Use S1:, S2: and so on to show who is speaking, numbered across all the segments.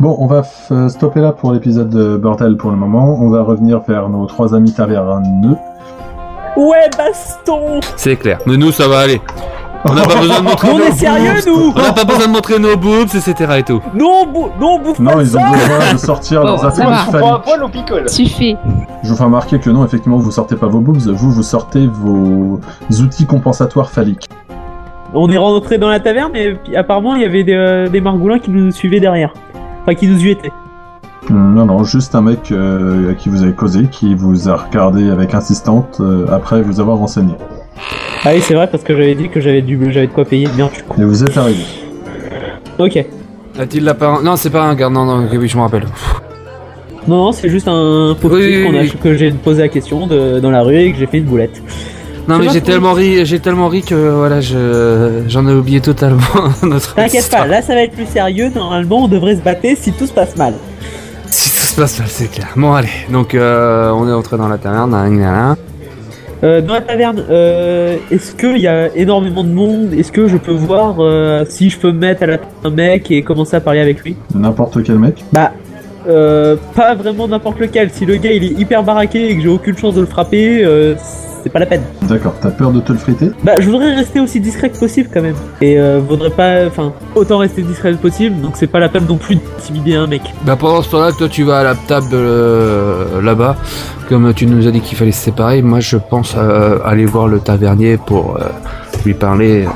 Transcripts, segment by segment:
S1: Bon, on va f- euh, stopper là pour l'épisode de Bordel pour le moment. On va revenir vers nos trois amis taverneux.
S2: Ouais, baston
S3: C'est clair. Mais nous, ça va aller. On n'a pas besoin de montrer
S2: On
S3: nos
S2: est sérieux, nous
S3: On n'a pas besoin de montrer nos boobs, etc. et tout.
S2: Nous, on, bou- nous, on bouffe
S1: Non,
S2: pas
S1: ils
S2: ça
S1: ont besoin de sortir
S4: Bon,
S1: leurs
S4: ça va.
S1: attributs
S5: On prend un
S1: phalliques.
S5: poil, on picole.
S4: Suffit.
S1: Je vous fais remarquer que non, effectivement, vous sortez pas vos boobs, vous, vous sortez vos outils compensatoires phalliques.
S2: On est rentré dans la taverne et puis, apparemment, il y avait des, euh, des margoulins qui nous suivaient derrière. Enfin, qui nous huetaient.
S1: Hum, Non, non, juste un mec euh, à qui vous avez causé, qui vous a regardé avec insistante euh, après vous avoir renseigné.
S2: Ah oui, c'est vrai, parce que j'avais dit que j'avais du, j'avais de quoi payer. Bien, je suis con.
S1: Et vous êtes arrivé.
S2: Ok.
S3: A-t-il la parent Non, c'est pas un garde. Non, non, ok, oui, je me rappelle.
S2: Non, non, c'est juste un faux
S3: Oui,
S2: petit
S3: oui,
S2: qu'on a-
S3: oui.
S2: que j'ai posé la question de- dans la rue et que j'ai fait une boulette.
S3: Non,
S2: C'est
S3: mais
S2: pas
S3: j'ai
S2: faux.
S3: tellement ri, j'ai tellement ri que voilà, je j'en ai oublié totalement notre.
S2: T'inquiète
S3: histoire.
S2: pas, là ça va être plus sérieux. Normalement, on devrait se battre si tout se passe mal.
S3: Si tout se passe mal, c'est clair. Bon, allez. Donc, euh, on est entré dans la taverne. hein, nan, nan, nan.
S2: Euh, dans la taverne, euh, est-ce qu'il y a énormément de monde Est-ce que je peux voir euh, si je peux me mettre à la tête d'un mec et commencer à parler avec lui
S1: N'importe quel mec.
S2: Bah, euh, pas vraiment n'importe lequel. Si le gars il est hyper baraqué et que j'ai aucune chance de le frapper, euh, c'est pas la peine.
S1: D'accord, t'as peur de te le friter
S2: Bah, je voudrais rester aussi discret que possible quand même. Et euh, vaudrait pas. Enfin, autant rester discret que possible, donc c'est pas la peine non plus d'intimider un mec.
S3: Bah pendant ce temps-là, toi tu vas à la table euh, là-bas, comme tu nous as dit qu'il fallait se séparer. Moi je pense euh, aller voir le tavernier pour euh, lui parler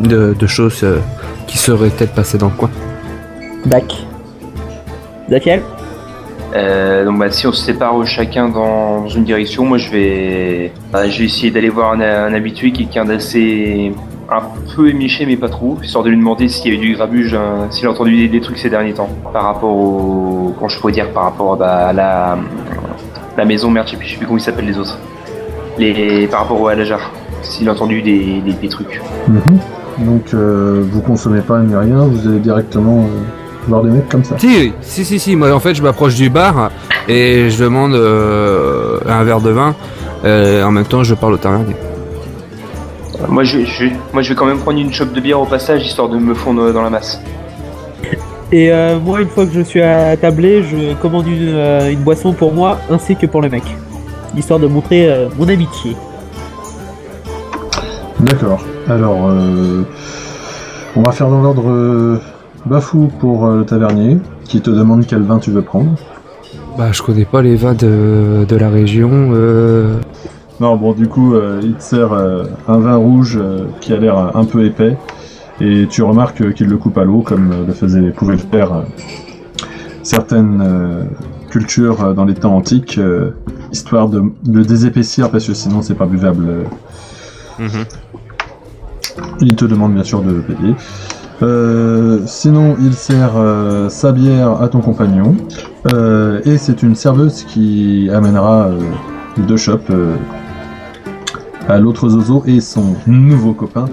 S3: de, de choses euh, qui seraient peut-être passées dans le coin.
S2: Bac. Zakiel
S5: Euh, donc bah, si on se sépare chacun dans une direction, moi je vais, bah, je vais essayer d'aller voir un, un habitué, quelqu'un d'assez un peu émiché mais pas trop, histoire de lui demander s'il y avait du grabuge, hein, s'il a entendu des, des trucs ces derniers temps, par rapport au, comment je pourrais dire, par rapport bah, à la, la maison merde, je sais plus, je sais plus comment ils s'appellent les autres, les, par rapport au Alajar, s'il a entendu des, des, des trucs.
S1: Donc, euh, vous consommez pas ni rien, vous allez directement euh, voir des mecs comme ça.
S3: Si, si, si, si. Moi en fait je m'approche du bar et je demande euh, un verre de vin. Euh, en même temps je parle au tavernier.
S5: Moi je, je- moi je vais quand même prendre une chope de bière au passage, histoire de me fondre dans la masse.
S2: Et euh, moi, une fois que je suis attablé, je commande une, euh, une boisson pour moi ainsi que pour le mec. Histoire de montrer euh, mon amitié.
S1: D'accord. Alors, euh, on va faire dans l'ordre euh, Bafou pour euh, le tavernier, qui te demande quel vin tu veux prendre.
S3: Bah je connais pas les vins de, de la région. Euh...
S1: Non, bon, du coup, euh, il te sert euh, un vin rouge euh, qui a l'air euh, un peu épais, et tu remarques euh, qu'il le coupe à l'eau, comme euh, le faisaient, pouvaient le faire euh, certaines euh, cultures euh, dans les temps antiques, euh, histoire de le désépaissir, parce que sinon c'est pas buvable euh, Il te demande bien sûr de payer. Euh, sinon, il sert euh, sa bière à ton compagnon. Euh, et c'est une serveuse qui amènera euh, deux chopes euh, à l'autre Zozo et son nouveau copain,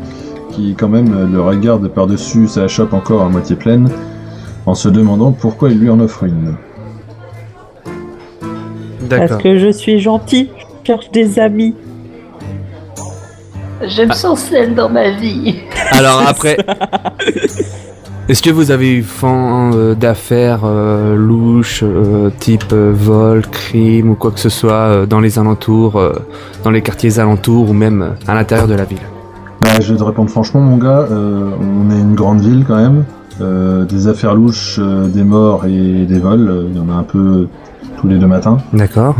S1: qui quand même euh, le regarde par-dessus sa chope encore à moitié pleine, en se demandant pourquoi il lui en offre une.
S3: D'accord.
S2: que je suis gentil, je cherche des amis.
S4: Je me sens seule dans ma vie.
S3: Alors après, est-ce que vous avez eu fan euh, d'affaires euh, louches, euh, type euh, vol, crime ou quoi que ce soit euh, dans les alentours, euh, dans les quartiers alentours ou même euh, à l'intérieur de la ville
S1: Bah, je vais te répondre franchement, mon gars. euh, on est une grande ville quand même. Euh, des affaires louches, euh, des morts et des vols, euh, il y en a un peu tous les deux matins.
S3: D'accord.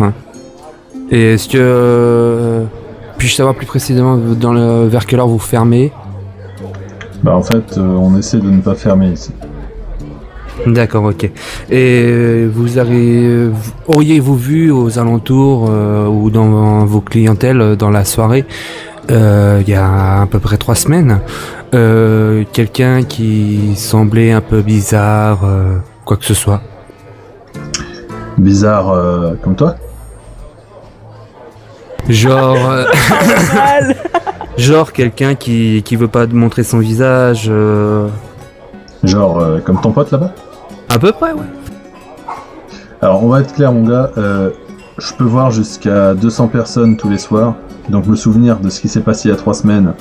S3: Et est-ce que euh, puis-je savoir plus précisément dans le, vers quelle heure vous fermez
S1: Bah en fait, euh, on essaie de ne pas fermer ici.
S3: D'accord, ok. Et euh, vous avez, vous- auriez-vous vu aux alentours euh, ou dans vos clientèles euh, dans la soirée, euh, il y a à peu près trois semaines, euh, quelqu'un qui semblait un peu bizarre, euh, quoi que ce soit
S1: Bizarre euh, comme toi
S3: Genre, euh,
S2: Mal
S3: genre quelqu'un qui, qui veut pas montrer son visage, euh,
S1: Genre euh, comme ton pote là-bas
S3: à peu près, ouais.
S1: Alors on va être clair mon gars, euh, je peux voir jusqu'à 200 personnes tous les soirs, donc me souvenir de ce qui s'est passé il y a trois semaines,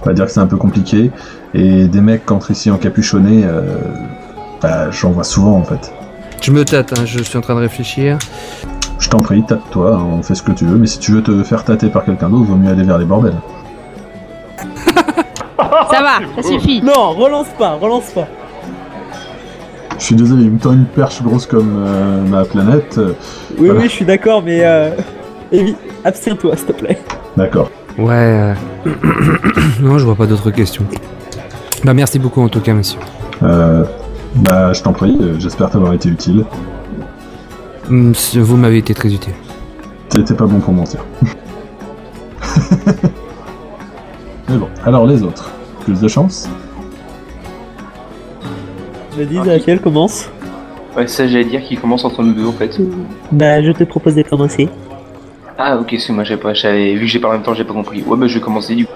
S1: on va dire que c'est un peu compliqué, et des mecs qui entrent ici en capuchonné, euh, Bah, j'en vois souvent en fait.
S3: Je me tâte, hein, je suis en train de réfléchir.
S1: Je t'en prie, tâte-toi, hein, on fait ce que tu veux, mais si tu veux te faire tâter par quelqu'un d'autre, vaut mieux aller vers les bordels.
S6: Ça va, ça suffit.
S2: Non, relance pas, relance pas.
S1: Je suis désolé, il me tend une perche grosse comme euh, ma planète. Euh,
S2: Oui,
S1: Voilà.
S2: oui, je suis d'accord, mais euh... Evie, abstiens-toi, s'il te plaît.
S1: D'accord.
S3: Ouais. euh, non, je vois pas d'autres questions. Bah, merci beaucoup en tout cas, monsieur.
S1: Euh, bah, je t'en prie, euh, j'espère t'avoir été utile.
S3: Hum, si- Vous m'avez été très utile.
S1: T'étais pas bon pour mentir. mais bon, alors les autres. Plus de chance
S2: Je dis
S5: Ok.
S2: à quelle commence
S5: Ouais, ça j'allais dire qu'il commence entre nous deux en fait.
S2: Bah, je te propose de commencer.
S5: Ah ok, c'est moi, j'avais pas, j'avais- vu que j'ai parlé en même temps, j'ai pas compris. Ouais, bah je vais commencer du coup.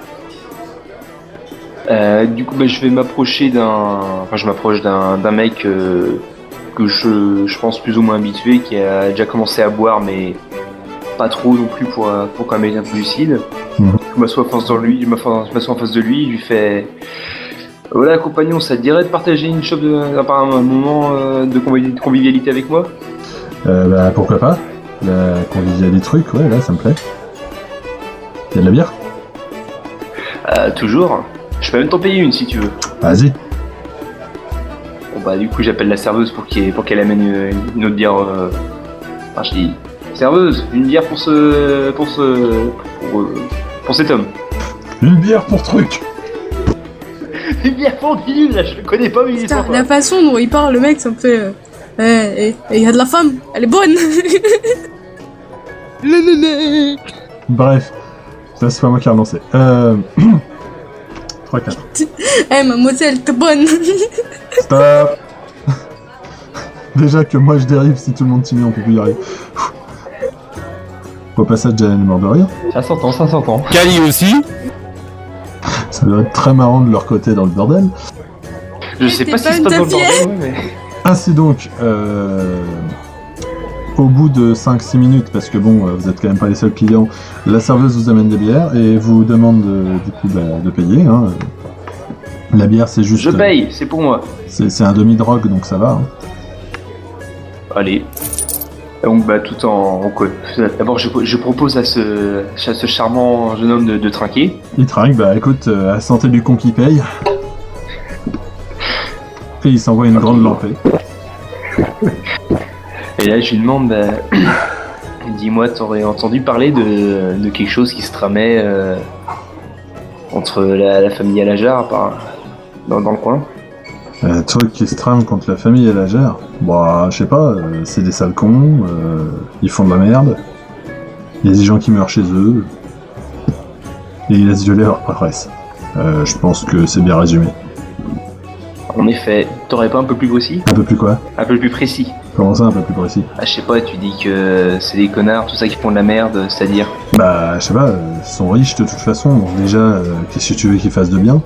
S5: Euh, du coup, bah, je vais m'approcher d'un, enfin je m'approche d'un, d'un mec euh, que je, je pense plus ou moins habitué, qui a déjà commencé à boire, mais pas trop non plus pour, euh, pour quand même être un peu lucide.
S1: Mhm.
S5: Je m'assois en face de lui, je m'assois je m'assois en face de lui, je lui fais. Voilà, compagnon, ça te dirait de partager une chope, de- enfin, un moment euh, de convivi- de convivialité avec moi
S1: euh, Bah, pourquoi pas La convivialité des trucs, ouais, là, ça me plaît. Y'a de la bière
S5: Euh, Toujours. Je peux même t'en payer une si tu veux.
S1: Vas-y.
S5: Bon bah du coup j'appelle la serveuse pour qu'elle pour qu'elle amène euh, une autre bière. euh, Enfin je dis serveuse, une bière pour ce pour ce pour, euh, pour cet homme.
S1: Une bière pour truc
S5: Une bière pour Guillaume là, je le connais pas mais il est
S7: Putain,
S5: sympa.
S7: la façon dont il parle, le mec, ça me fait. euh, Eh, eh, eh, y a de la femme, elle est bonne! Le
S1: Bref, ça c'est pas moi qui ai relancé. Euh... 3-4.
S7: Eh, mademoiselle, t'es bonne!
S1: Stop Déjà que moi je dérive, si tout le monde s'y met, on peut plus y arriver. Au passage, Jalen est mort de rire.
S5: Ça s'entend, ça s'entend.
S8: Kali aussi
S1: Ça doit être très marrant de leur côté dans le bordel.
S5: Je sais
S7: t'es
S5: pas si c'est
S7: bonne,
S5: pas dans le
S7: ta
S5: bordel, ouais, mais.
S1: Ainsi donc, euh, au bout de 5-6 minutes, parce que bon, euh, vous êtes quand même pas les seuls clients, la serveuse vous amène des bières et vous demande euh, du coup bah, de payer. hein. La bière, c'est juste.
S5: Je paye, c'est pour moi.
S1: C'est c'est un demi-drogue, donc ça va. hein.
S5: Allez. Donc bah tout en, en quoi- D'abord je, je propose à ce, à ce charmant jeune homme de, de trinquer.
S1: Il trinque, bah écoute, euh, à santé du con qui paye. Et il s'envoie une grande lampée.
S5: Et là, je lui demande, bah, dis-moi, t'aurais entendu parler de, de quelque chose qui se tramait euh, entre la, la famille Alajar à part- dans, dans le coin
S1: Un truc qui se trame contre la famille et la gère. Bah, je sais pas, euh, c'est des sales cons, euh, ils font de la merde. Il y a des gens qui meurent chez eux. Et ils laissent violer leur prêtresse. Euh, je pense que c'est bien résumé.
S5: En effet, t'aurais pas un peu plus grossi
S1: Un peu plus quoi
S5: Un peu plus précis
S1: Comment ça, un peu plus précis
S5: ah, Je sais pas, tu dis que c'est des connards, tout ça qui font de la merde, c'est-à-dire.
S1: Bah, je sais pas, euh, ils sont riches de toute façon, donc déjà, euh, qu'est-ce que tu veux qu'ils fassent de bien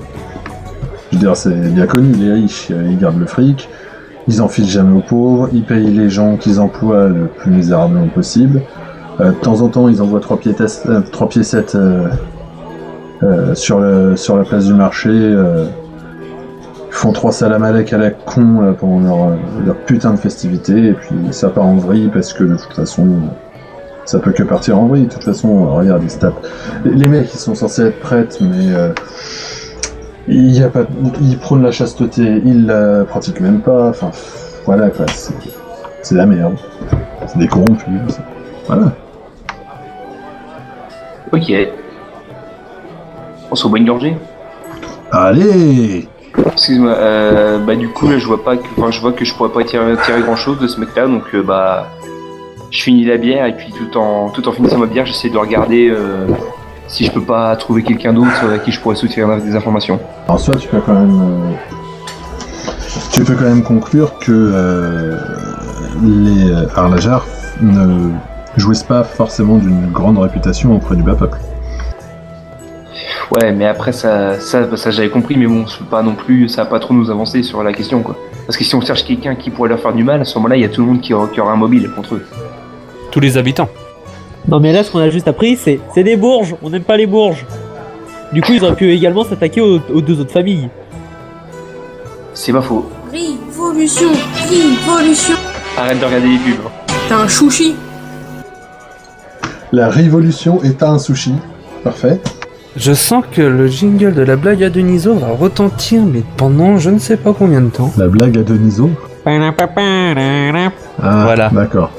S1: Je veux dire, c'est bien connu, les riches, euh, ils gardent le fric, ils en filent jamais aux pauvres, ils payent les gens qu'ils emploient le plus misérablement possible. Euh, de temps en temps, ils envoient trois piétas- euh, trois piécettes euh, euh, sur, le, sur la place du marché, euh, ils font trois salamalek à la con là, pendant leur, euh, leur putain de festivité, et puis ça part en vrille parce que de toute façon. Ça peut que partir en vrille, de toute façon, euh, regarde, ils se tapent. Les, les mecs, ils sont censés être prêtres, mais... euh, il y a pas, ils prônent la chasteté, ils la pratiquent même pas, enfin... pff, Voilà, quoi, c'est c'est la merde. C'est des corrompus, hein, c'est- voilà.
S5: Ok. On se boit une gorgée
S1: Allez
S5: Excuse-moi, euh, bah du coup là je vois pas que, enfin je vois que je pourrais pas tirer, tirer grand chose de ce mec là donc euh, bah je finis la bière et puis tout en tout en finissant ma bière j'essaie de regarder euh, si je peux pas trouver quelqu'un d'autre euh, à qui je pourrais soutirer des informations.
S1: En soi, tu peux quand même... euh, tu peux quand même conclure que euh, les Harlajars ne jouissent pas forcément d'une grande réputation auprès du bas peuple.
S5: Ouais mais après ça ça, bah, ça j'avais compris mais bon je peux pas non plus ça va pas trop nous avancer sur la question quoi. Parce que si on cherche quelqu'un qui pourrait leur faire du mal à ce moment là il y a tout le monde qui, aura- qui aura un mobile contre eux.
S8: Tous les habitants.
S2: Non, mais là, ce qu'on a juste appris, c'est c'est des bourges, on n'aime pas les bourges. Du coup, ils auraient pu également s'attaquer aux, aux deux autres familles.
S5: C'est pas faux.
S7: Rivo! Révolution Révolution
S5: Arrête de regarder les pubs. hein.
S7: T'as un chouchi
S1: La révolution est un sushi. Parfait.
S3: Je sens que le jingle de la blague à Deniso va retentir, mais pendant je ne sais pas combien de temps.
S1: La blague à Deniso. Ah,
S3: Voilà.
S1: D'accord.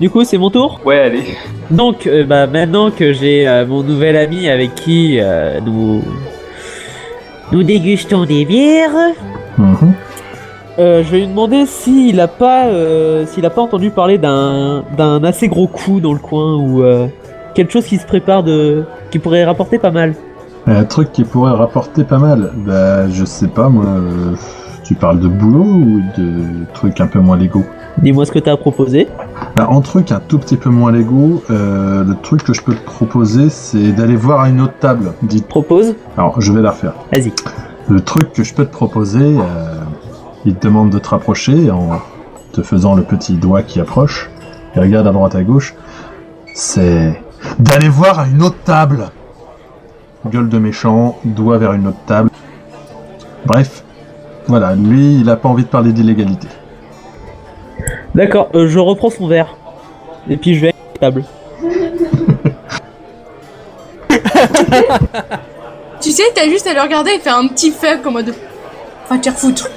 S2: Du coup, c'est mon tour.
S5: Ouais, allez.
S2: Donc, euh, bah, maintenant que j'ai euh, mon nouvel ami avec qui euh, nous nous dégustons des bières,
S1: Mhm.
S2: euh, je vais lui demander s'il a pas euh, s'il a pas entendu parler d'un d'un assez gros coup dans le coin ou euh, quelque chose qui se prépare de qui pourrait rapporter pas mal.
S1: Un truc qui pourrait rapporter pas mal. Bah, je sais pas, moi. euh, Tu parles de boulot ou de trucs un peu moins légaux
S2: Dis-moi ce que t'as à proposer.
S1: Bah, En truc un tout petit peu moins légaux, euh, le truc que je peux te proposer, c'est d'aller voir une autre table. Dites.
S2: Propose.
S1: Alors, je vais la refaire.
S2: Vas-y.
S1: Le truc que je peux te proposer, euh, il te demande de te rapprocher en te faisant le petit doigt qui approche et regarde à droite à gauche. C'est d'aller voir à une autre table. Gueule de méchant, doigt vers une autre table. Bref, voilà, lui, il a pas envie de parler d'illégalité.
S2: D'accord. euh, je reprends son verre et puis je vais à la table.
S7: Tu sais, t'as juste à le regarder et faire un petit fuck en mode. Va te faire foutre.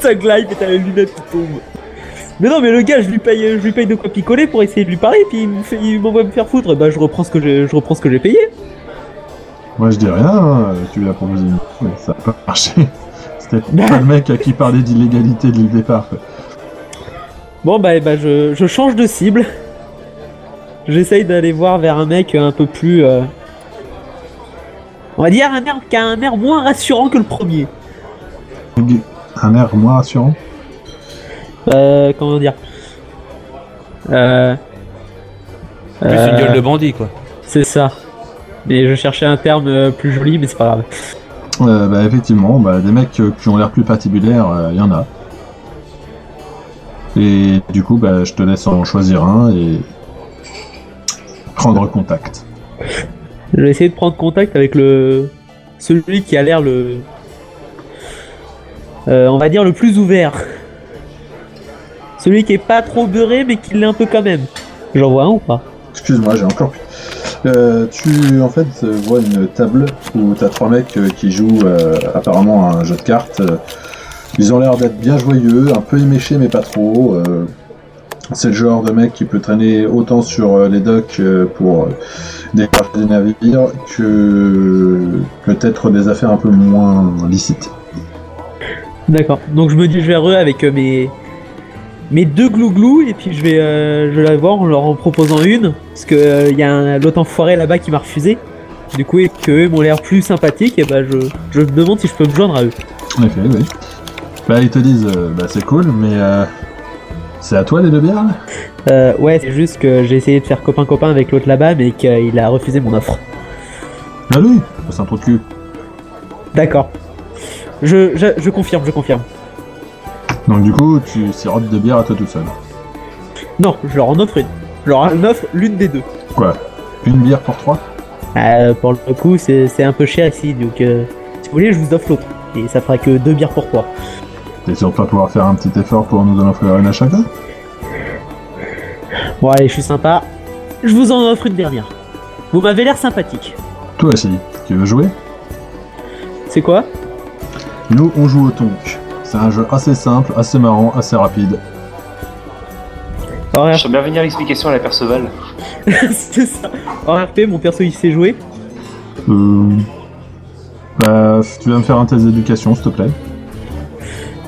S2: Ça glide et t'as les lunettes qui tombent. Mais non, mais le gars, je lui paye, je lui paye de quoi picoler pour essayer de lui parler, puis il me fait- il m'envoie me faire foutre. Bah, je reprends ce que j'ai, je reprends ce que j'ai payé.
S1: Moi, je dis rien, hein, tu lui as proposé une mais ça a pas marché. C'était pas le mec à qui parlait d'illégalité dès le départ. quoi.
S2: Bon, bah, eh bah, je, je change de cible. J'essaye d'aller voir vers un mec un peu plus, euh, on va dire un air qui a un air moins rassurant que le premier.
S1: Un air moins rassurant.
S2: Euh, comment dire
S6: Ah
S2: euh,
S3: Plus
S2: euh,
S3: une gueule de bandit, quoi.
S2: C'est ça. Mais je cherchais un terme euh, plus joli, mais c'est pas grave.
S1: Euh, bah, effectivement, bah, des mecs euh, qui ont l'air plus patibulaires, il y en a. Et du coup, bah, je te laisse en choisir un et prendre contact.
S2: Je vais essayer de prendre contact avec le celui qui a l'air le, Euh, on va dire le plus ouvert. Celui qui est pas trop beurré, mais qui l'est un peu quand même. J'en vois un ou pas
S1: Excuse-moi, j'ai encore plus. Euh, tu en fait euh, vois une table où t'as trois mecs euh, qui jouent euh, apparemment à un jeu de cartes. Euh, Ils ont l'air d'être bien joyeux, un peu éméchés mais pas trop. Euh, c'est le genre de mec qui peut traîner autant sur euh, les docks euh, pour euh, décharger des navires que peut-être des affaires un peu moins licites.
S2: D'accord. Donc je me dis, je vais vers eux avec euh, mes mes deux glouglous et puis je vais euh, je vais la voir en leur en proposant une parce que euh, il y a un- l'autre enfoiré là-bas qui m'a refusé. Du coup, et qu'eux m'ont l'air plus sympathiques, et bah je, je me demande si je peux me joindre à eux.
S1: En effet, oui. Bah ils te disent, euh, bah c'est cool, mais euh, c'est à toi les deux bières. là
S2: Euh, ouais, c'est juste que j'ai essayé de faire copain-copain avec l'autre là-bas, mais qu'il a refusé mon offre.
S1: Bah lui, c'est un trou de cul.
S2: D'accord. Je, je, je confirme, je confirme.
S1: Donc du coup, tu sirotes des bières à toi tout seul.
S2: Non, je leur en offre une. Je leur en offre l'une des deux.
S1: Quoi Une bière pour trois
S2: Euh, pour le coup, c'est c'est un peu cher ici, donc euh, si vous voulez, je vous offre l'autre. Et ça fera que deux bières pour toi.
S1: T'es sûr de pas pouvoir faire un petit effort pour nous en offrir une à chacun
S2: Bon, allez, je suis sympa. Je vous en offre une dernière. Vous m'avez l'air sympathique.
S1: Toi aussi, tu veux jouer
S2: C'est quoi
S1: Nous, on joue au Tonk. C'est un jeu assez simple, assez marrant, assez rapide.
S2: Horaire,
S5: Je bien venir l'explication à la Perceval.
S2: c'est ça. Horaire P, mon perso, il sait jouer.
S1: Euh... Bah, tu vas me faire un test d'éducation, s'il te plaît.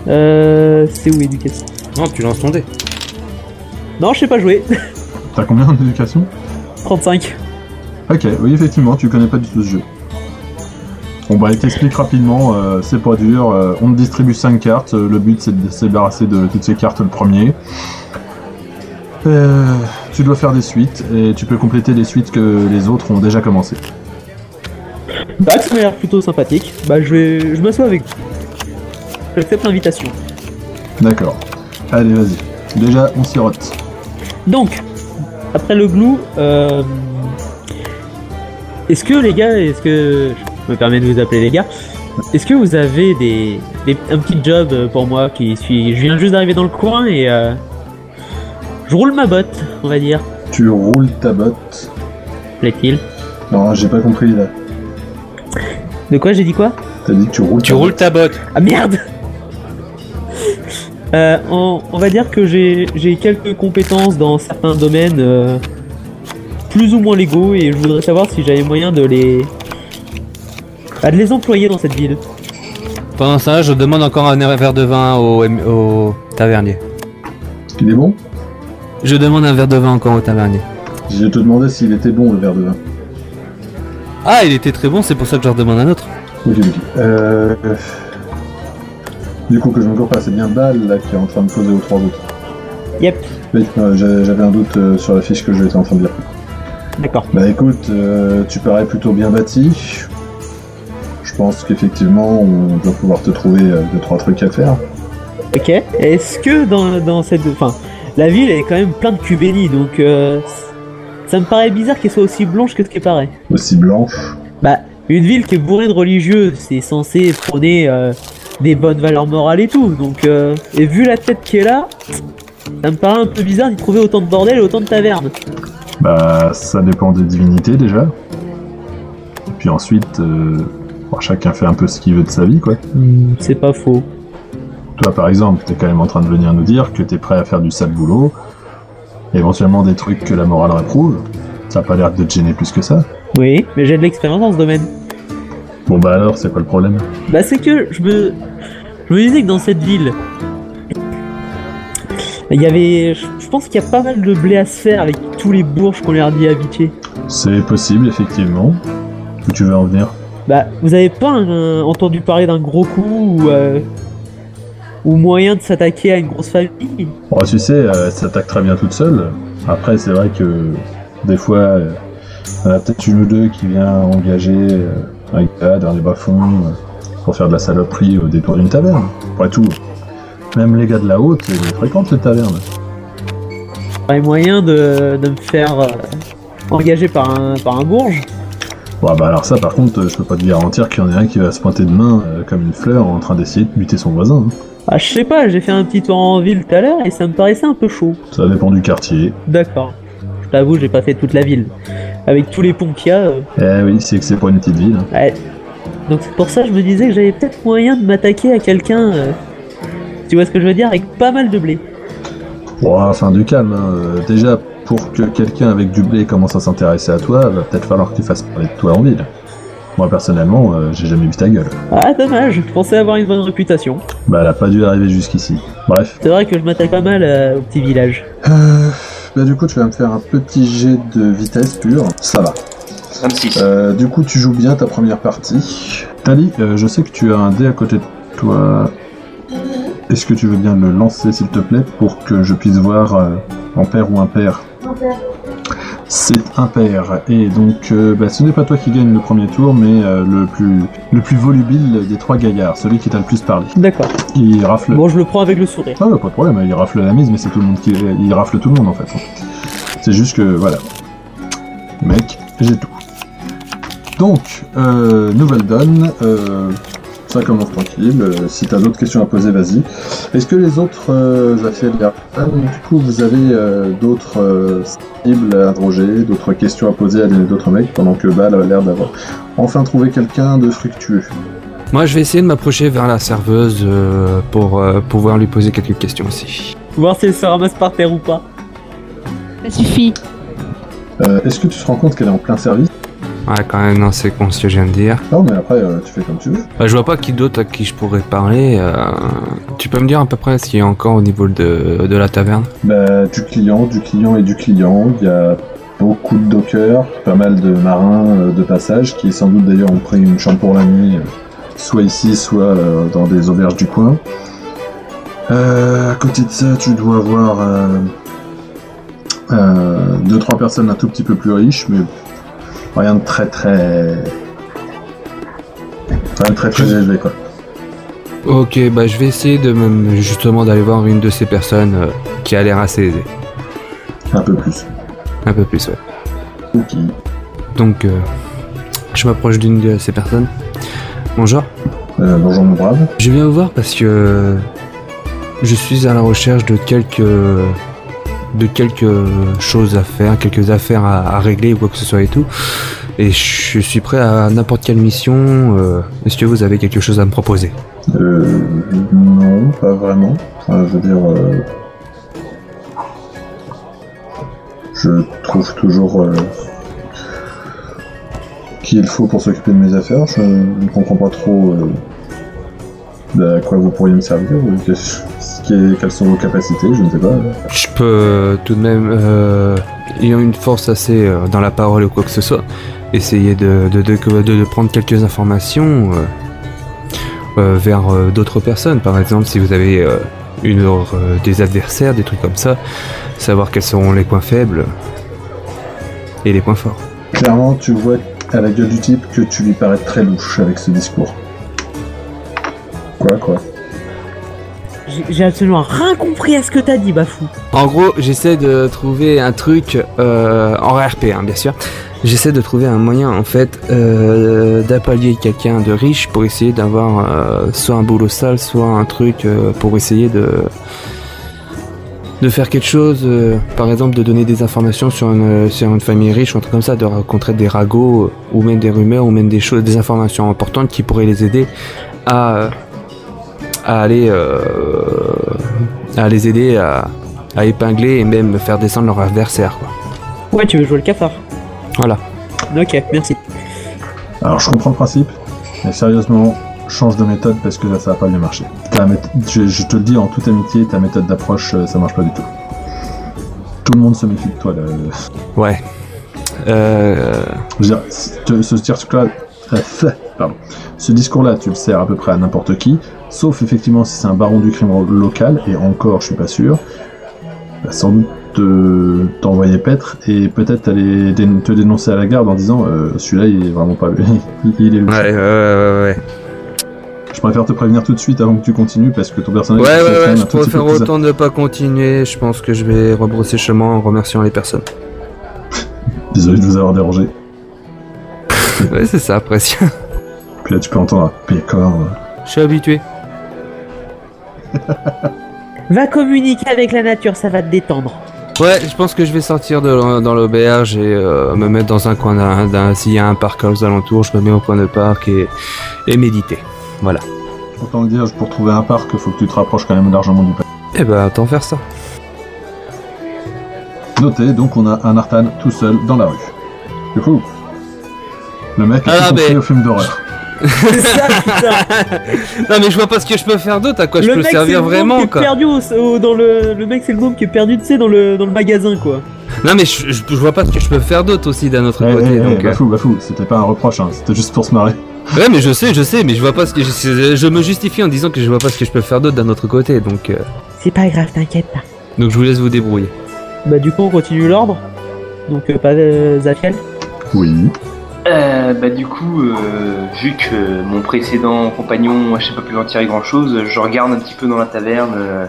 S2: Euh. C'est où éducation
S3: Non, tu lances ton dé.
S2: Non, je sais pas jouer.
S1: T'as combien en éducation
S2: 35.
S1: Ok, oui, effectivement, tu connais pas du tout ce jeu. Bon bah, il t'explique rapidement, euh, c'est pas dur, euh, on te distribue 5 cartes, euh, le but c'est de se débarrasser de toutes ces cartes le premier. Euh, tu dois faire des suites, et tu peux compléter les suites que les autres ont déjà commencé.
S2: Bah, ça m'a l'air plutôt sympathique. Bah, je vais. Je m'assois avec. J'accepte l'invitation.
S1: D'accord. Allez, vas-y. Déjà, on sirote.
S2: Donc, après le glou, euh, est-ce que les gars, est-ce que je me permets de vous appeler les gars, Est-ce que vous avez des, des- un petit job euh, pour moi qui suis Je viens juste d'arriver dans le coin et euh, je roule ma botte, on va dire.
S1: Tu roules ta botte.
S2: Plaît-il
S1: Non, j'ai pas compris là.
S2: De quoi j'ai dit quoi
S1: T'as dit que tu roules
S8: Tu
S1: ta
S8: roules ta botte.
S2: Ah merde Euh, on, on va dire que j'ai j'ai quelques compétences dans certains domaines euh, plus ou moins légaux et je voudrais savoir si j'avais moyen de les bah, de les employer dans cette ville.
S3: Pendant ça, je demande encore un verre de vin au, au tavernier.
S1: botte. Il est bon
S3: Je demande un verre de vin encore au tavernier.
S1: Je te demandais s'il était bon le verre de vin.
S3: Ah, il était très bon, c'est pour ça que je leur demande un autre.
S1: Ok, ok. Euh... Du coup, que je me cours pas, c'est bien Bal là qui est en train de poser aux trois autres.
S2: Yep.
S1: Oui, euh, j'a- j'avais un doute euh, sur la fiche que j'étais en train de lire.
S2: D'accord.
S1: Bah écoute, euh, tu parais plutôt bien bâti. Je pense qu'effectivement, on doit pouvoir te trouver euh, deux trois trucs à faire.
S2: Ok. Est-ce que dans, dans cette enfin la ville elle est quand même pleine de cul bénis donc euh, c- ça me paraît bizarre qu'elle soit aussi blanche que ce qu'elle paraît.
S1: Aussi blanche.
S2: Bah, une ville qui est bourrée de religieux, c'est censé prôner euh, des bonnes valeurs morales et tout. Donc, euh, et vu la tête qui est là, ça me paraît un peu bizarre d'y trouver autant de bordel et autant de tavernes.
S1: Bah, ça dépend des divinités déjà. Puis ensuite, euh, bon, chacun fait un peu ce qu'il veut de sa vie, quoi.
S2: Hmm, c'est pas faux.
S1: Toi, par exemple, t'es quand même en train de venir nous dire que t'es prêt à faire du sale boulot, éventuellement des trucs que la morale réprouve. Ça a pas l'air de te gêner plus que ça.
S2: Oui, mais j'ai de l'expérience dans ce domaine.
S1: Bon bah alors, c'est quoi le problème
S2: Bah, c'est que je me. Je me disais que dans cette ville. Il y avait. Je je pense qu'il y a pas mal de blé à se faire avec tous les bourges qu'on leur dit habiter.
S1: C'est possible, effectivement. Où tu veux en venir
S2: Bah, vous avez pas euh, entendu parler d'un gros coup ou, euh, ou moyen de s'attaquer à une grosse famille
S1: Bon, tu sais, euh, elle s'attaque très bien toute seule. Après, c'est vrai que des fois, euh, il y en a peut-être une ou deux qui vient engager euh, un gars dans les bas-fonds euh, pour faire de la saloperie au détour d'une taverne. Après tout, même les gars de la haute, ils fréquentent les tavernes.
S2: Pas moyen de, de me faire euh, engager par un, par un bourge
S1: Bon, bah alors ça, par contre, euh, je peux pas te garantir qu'il y en ait un qui va se pointer de main euh, comme une fleur en train d'essayer de buter son voisin. hein.
S2: Ah, je sais pas, j'ai fait un petit tour en ville tout à l'heure et ça me paraissait un peu chaud.
S1: Ça dépend du quartier.
S2: D'accord. Je t'avoue, j'ai pas fait toute la ville. Avec tous les ponts qu'il y a. euh,
S1: Eh oui, c'est que c'est pas une petite ville. hein.
S2: ouais. Donc c'est pour ça que je me disais que j'avais peut-être moyen de m'attaquer à quelqu'un. euh, tu vois ce que je veux dire Avec pas mal de blé.
S1: Bon, enfin, du calme. hein. Euh, Déjà, pour que quelqu'un avec du blé commence à s'intéresser à toi, va peut-être falloir qu'il fasse parler de toi en ville. Moi, personnellement, euh, j'ai jamais vu ta gueule.
S2: Ah, dommage, je pensais avoir une bonne réputation.
S1: Bah, elle a pas dû arriver jusqu'ici. Bref.
S2: C'est vrai que je m'attaque pas mal euh, au petit village.
S1: bah, du coup, tu vas me faire un petit jet de vitesse pure. Ça va.
S5: 26.
S1: Euh, du coup, tu joues bien ta première partie. Tali, euh, je sais que tu as un dé à côté de toi. Est-ce que tu veux bien le lancer, s'il te plaît, pour que je puisse voir euh, en pair ou impair C'est impair. Et donc, euh, bah, ce n'est pas toi qui gagne le premier tour, mais euh, le, plus, le plus volubile des trois gaillards, celui qui t'a le plus parlé.
S2: D'accord.
S1: Il
S3: Mm.
S1: rafle.
S2: Bon, je le prends avec le sourire.
S1: Ah, ouais, pas de problème, il rafle la mise, mais c'est tout le monde qui. Il rafle tout le monde en fait. C'est juste que, voilà. Mec, j'ai tout. Donc, euh, nouvelle donne. euh, ça commence tranquille. euh, si t'as d'autres questions à poser, vas-y. Est-ce que les autres euh, affaires de la- Ah, donc, du coup, vous avez euh, d'autres euh, cibles à interroger, d'autres questions à poser à des- d'autres mecs, pendant que Bal a l'air d'avoir enfin trouvé quelqu'un de fructueux
S3: Moi, je vais essayer de m'approcher vers la serveuse euh, pour euh, pouvoir lui poser quelques questions aussi.
S2: Voir si elle se ramasse par terre ou pas.
S6: Ça suffit.
S1: Euh, Est-ce que tu te rends compte qu'elle est en plein service
S3: Ouais, quand même, non, c'est con ce que je viens de dire.
S1: Non, mais après, euh, tu fais comme tu veux.
S3: Bah, je vois pas qui d'autre à qui je pourrais parler. euh, tu peux me dire à peu près ce qu'il y a encore au niveau de, de la taverne
S1: Bah, du client, du client et du client. Il y a beaucoup de dockers, pas mal de marins euh, de passage qui sans doute d'ailleurs ont pris une chambre pour la nuit, euh, soit ici, soit euh, dans des auberges du coin. Euh, à côté de ça, tu dois avoir euh, euh, deux trois personnes un tout petit peu plus riches, mais rien de très très rien de très très élevé quoi.
S3: Ok, bah, je vais essayer de me- justement d'aller voir une de ces personnes euh, qui a l'air assez aisée.
S1: Un peu plus.
S3: Un peu plus, ouais.
S1: Ok.
S3: Donc, euh, je m'approche d'une de ces personnes. Bonjour.
S1: Euh, bonjour mon brave.
S3: Je viens vous voir parce que je suis à la recherche de quelques de quelques choses à faire, quelques affaires à, à régler ou quoi que ce soit et tout. Et je suis prêt à n'importe quelle mission. euh, Est-ce que vous avez quelque chose à me proposer
S1: Euh, non, pas vraiment. Enfin, je veux dire. euh, je trouve toujours. euh, qui il faut pour s'occuper de mes affaires. Je ne comprends pas trop. euh, à quoi vous pourriez me servir. ou que- ce qui est- quelles sont vos capacités, je ne sais pas.
S3: Je peux euh, tout de même, euh, ayant une force assez euh, dans la parole ou quoi que ce soit, essayer de, de, de, de- de prendre quelques informations euh, euh, vers euh, d'autres personnes. Par exemple, si vous avez euh, une, euh, des adversaires, des trucs comme ça, savoir quels seront les points faibles et les points forts.
S1: Clairement, tu vois à la gueule du type que tu lui parais très louche avec ce discours. Quoi, quoi
S2: J'ai- J'ai absolument rien compris à ce que t'as dit, Bafou.
S3: En gros, j'essaie de trouver un truc euh, en RP, hein, bien sûr. J'essaie de trouver un moyen, en fait, euh, d'appalier quelqu'un de riche pour essayer d'avoir euh, soit un boulot sale, soit un truc euh, pour essayer de de faire quelque chose, euh, par exemple, de donner des informations sur une sur une famille riche ou un truc comme ça, de rencontrer des ragots ou même des rumeurs ou même des choses, des informations importantes qui pourraient les aider à euh, à aller euh, à les aider à à épingler et même faire descendre leur adversaire. Quoi.
S2: Ouais, tu veux jouer le cafard.
S3: Voilà.
S2: Ok, merci.
S1: Alors je comprends le principe, mais sérieusement, change de méthode parce que là ça va pas bien marcher. Ta mé- je, je te le dis en toute amitié, ta méthode d'approche euh, ça marche pas du tout. Tout le monde se méfie de toi là.
S3: Ouais. Euh,
S1: Je veux dire, si te- ce discours-là, pardon, ce discours-là, tu le sers à peu près à n'importe qui, sauf effectivement si c'est un baron du crime ro- local, et encore, je suis pas sûr. Bah, sans doute te- t'envoyer paître et peut-être aller dé- te dénoncer à la garde en disant euh, celui-là il est vraiment pas il, il est louche.
S3: ouais, ouais, ouais, ouais.
S1: Je préfère te prévenir tout de suite avant que tu continues parce que ton
S3: Ouais,
S1: personnage
S3: ouais,
S1: est quand
S3: ouais,
S1: même
S3: je
S1: un tout petit peu
S3: préfère
S1: plus
S3: autant ne pas continuer. Je pense que je vais rebrousser chemin en remerciant les personnes.
S1: a- Désolé de vous avoir dérangé.
S3: Ouais, c'est ça, apprécie.
S1: Puis là tu peux entendre un pécor. euh,
S3: Je suis habitué.
S2: Va communiquer avec la nature, ça va te détendre.
S3: Ouais, je pense que je vais sortir de, l'au- dans l'auberge et euh, me mettre dans un coin d'un. d'un- S'il y a un parc aux alentours, je me mets au coin de parc et, et méditer.
S1: Autant le dire, pour trouver un parc, faut que tu te rapproches quand même largement du parc.
S3: Eh ben, tant faire ça.
S1: Notez, donc on a un Artan tout seul dans la rue. Du coup, le mec a
S3: Ah,
S1: tout compris
S3: mais-
S1: au film d'horreur.
S2: C'est ça, putain.
S3: non, mais je vois pas ce que je peux faire d'autre. À quoi je
S2: le
S3: peux
S2: mec, c'est
S3: servir
S2: le môme qui
S3: vraiment,
S2: est
S3: quoi.
S2: perdu au- au- dans le, le mec, c'est le môme qui est perdu, tu sais, dans le, dans le magasin, quoi.
S3: Non, mais je, je- je vois pas ce que je peux faire d'autre aussi d'un autre
S1: Eh,
S3: côté.
S1: eh, eh,
S3: donc, euh,
S1: bafou, bafou, c'était pas un reproche, hein, c'était juste pour se marrer.
S3: Ouais, mais je sais, je sais, mais je vois pas ce que je, je- je me justifie en disant que je vois pas ce que je peux faire d'autre d'un autre côté, donc euh,
S2: C'est pas grave, t'inquiète pas.
S3: donc je vous laisse vous débrouiller.
S2: Bah, du coup, on continue l'ordre. Donc, euh, pas euh, Zafiel.
S1: Oui.
S5: Euh, bah du coup, euh, vu que mon précédent compagnon, je sais pas pu en tirer grand chose, je regarde un petit peu dans la taverne euh,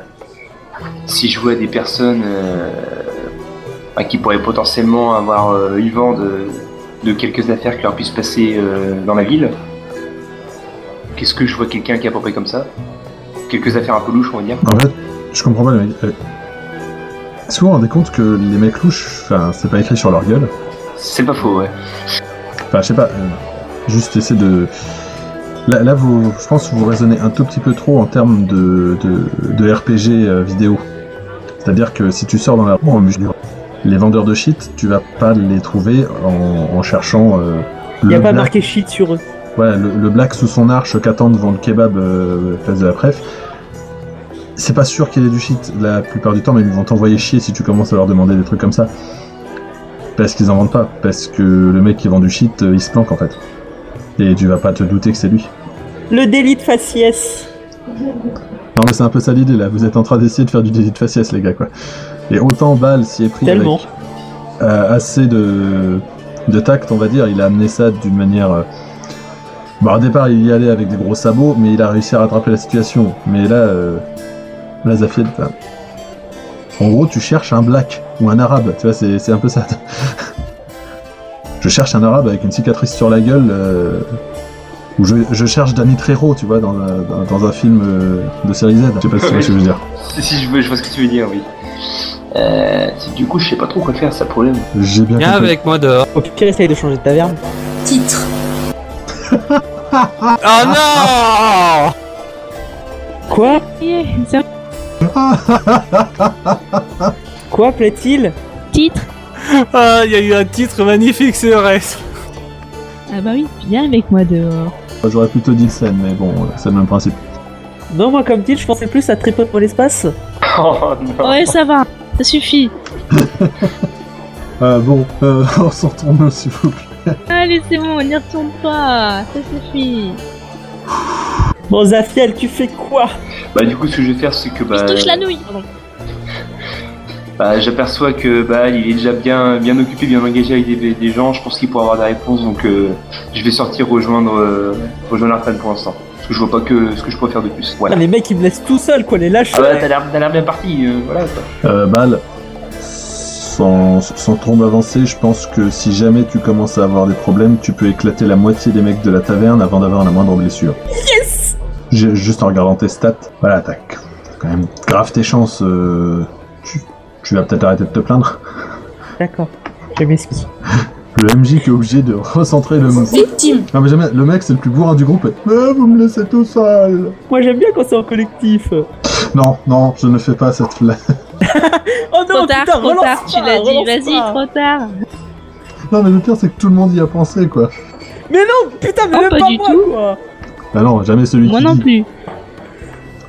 S5: si je vois des personnes euh, bah, qui pourraient potentiellement avoir euh, eu vent de, de quelques affaires qui leur puissent passer euh, dans la ville. Qu'est-ce que je vois quelqu'un qui est à peu près comme ça Quelques affaires un peu louches, on va dire.
S1: En fait, je comprends pas le mec. euh, Est-ce que vous vous rendez compte que les mecs louches, enfin, c'est pas écrit sur leur gueule
S5: C'est pas faux, ouais.
S1: Enfin, je sais pas. euh, juste essayer de. Là, là, vous, je pense que vous raisonnez un tout petit peu trop en termes de, de, de RPG euh, vidéo. C'est-à-dire que si tu sors dans la rue, en musée, les vendeurs de shit, tu vas pas les trouver en, en cherchant euh,
S2: Il
S1: le,
S2: a pas
S1: black,
S2: marqué shit sur eux.
S1: voilà, le, le black sous son arche qu'attend devant le kebab euh, place de la pref. C'est pas sûr qu'il y ait du shit la plupart du temps, mais ils vont t'envoyer chier si tu commences à leur demander des trucs comme ça. Parce qu'ils en vendent pas, parce que le mec qui vend du shit, euh, il se planque en fait. Et tu vas pas te douter que c'est lui.
S2: Le délit de faciès.
S1: Non mais c'est un peu ça l'idée là, vous êtes en train d'essayer de faire du délit de faciès les gars quoi. Et autant Bal s'y est pris avec,
S2: Tellement.
S1: euh, assez de, de tact on va dire, il a amené ça d'une manière... euh, Bon au départ il y allait avec des gros sabots mais il a réussi à rattraper la situation. Mais là, euh... là Zafiel, enfin, En gros tu cherches un black ou un arabe, tu vois c'est c'est un peu ça. Je cherche un arabe avec une cicatrice sur la gueule euh, Ou je, je cherche Danny Trejo, tu vois, dans un, dans- dans un film euh, de série Z. Je sais pas si tu vois ce que je veux dire.
S5: Si, si, je, veux, je vois ce que tu veux dire, oui. Euh, du coup, je sais pas trop quoi faire, ça problème.
S1: J'ai bien
S3: Viens
S1: compris.
S3: avec moi dehors.
S2: Au pire, essaye de changer de taverne.
S7: Titre.
S3: Oh non
S2: Quoi
S6: Yeah, c'est un
S2: Quoi plaît-il
S6: titre.
S3: Ah, il y a eu un titre magnifique sur reste.
S6: Ah bah oui, viens avec moi dehors.
S1: J'aurais plutôt dit scène, mais bon, euh, c'est le même principe.
S2: Non, moi, comme titre, je pensais plus à Tripote pour l'espace.
S5: Oh non.
S6: Ouais, ça va, ça suffit.
S1: Euh, bon, euh, on s'en retourne, s'il vous plaît.
S6: Allez, c'est bon, n'y retourne pas, ça suffit.
S2: Bon, Zafiel, tu fais quoi
S5: Bah, du coup, ce que je vais faire, c'est que
S6: Il
S5: bah,
S6: se touche
S2: euh,
S6: la nouille. Pardon.
S2: oh,
S5: bah, j'aperçois que bah, il est déjà bien, bien occupé, bien engagé avec des, des gens. Je pense qu'il pourra avoir des réponses, donc euh, je vais sortir rejoindre, euh, rejoindre Arthur pour l'instant. Parce que je vois pas que ce que je pourrais faire de plus. Voilà.
S2: Putain, Les mecs, ils me laissent tout seul, quoi, les lâches.
S5: Ah bah, t'as l'air, t'as l'air bien parti, euh, voilà. Quoi.
S1: Euh, Bal, sans, sans trop m'avancer, je pense que si jamais tu commences à avoir des problèmes, tu peux éclater la moitié des mecs de la taverne avant d'avoir la moindre blessure.
S2: Yes
S1: Ju- Juste en regardant tes stats, voilà, t'as t'as quand même grave tes chances. euh, tu, tu vas peut-être arrêter de te plaindre.
S2: D'accord, je m'excuse.
S1: Le MJ qui est obligé de recentrer le mouvement.
S7: Victime.
S1: Non mais jamais, le mec c'est le plus bourrin du groupe. Mais euh, vous me laissez tout seul.
S2: Moi, j'aime bien quand c'est en collectif. Oh
S1: Non, non, je ne fais pas cette blague.
S2: non,
S6: Trop tard,
S2: putain,
S6: trop
S2: relance
S6: tard, tu
S2: pas,
S6: l'as dit,
S2: relance
S6: vas-y,
S2: pas.
S6: trop tard.
S1: Non mais le pire c'est que tout le monde y a pensé quoi.
S2: Mais non, putain, mais
S6: Oh,
S2: même
S6: pas
S2: pas,
S6: du
S2: moi,
S6: tout.
S2: quoi.
S1: Bah non, jamais celui
S6: Moi
S1: qui
S6: non
S1: dit.
S6: plus.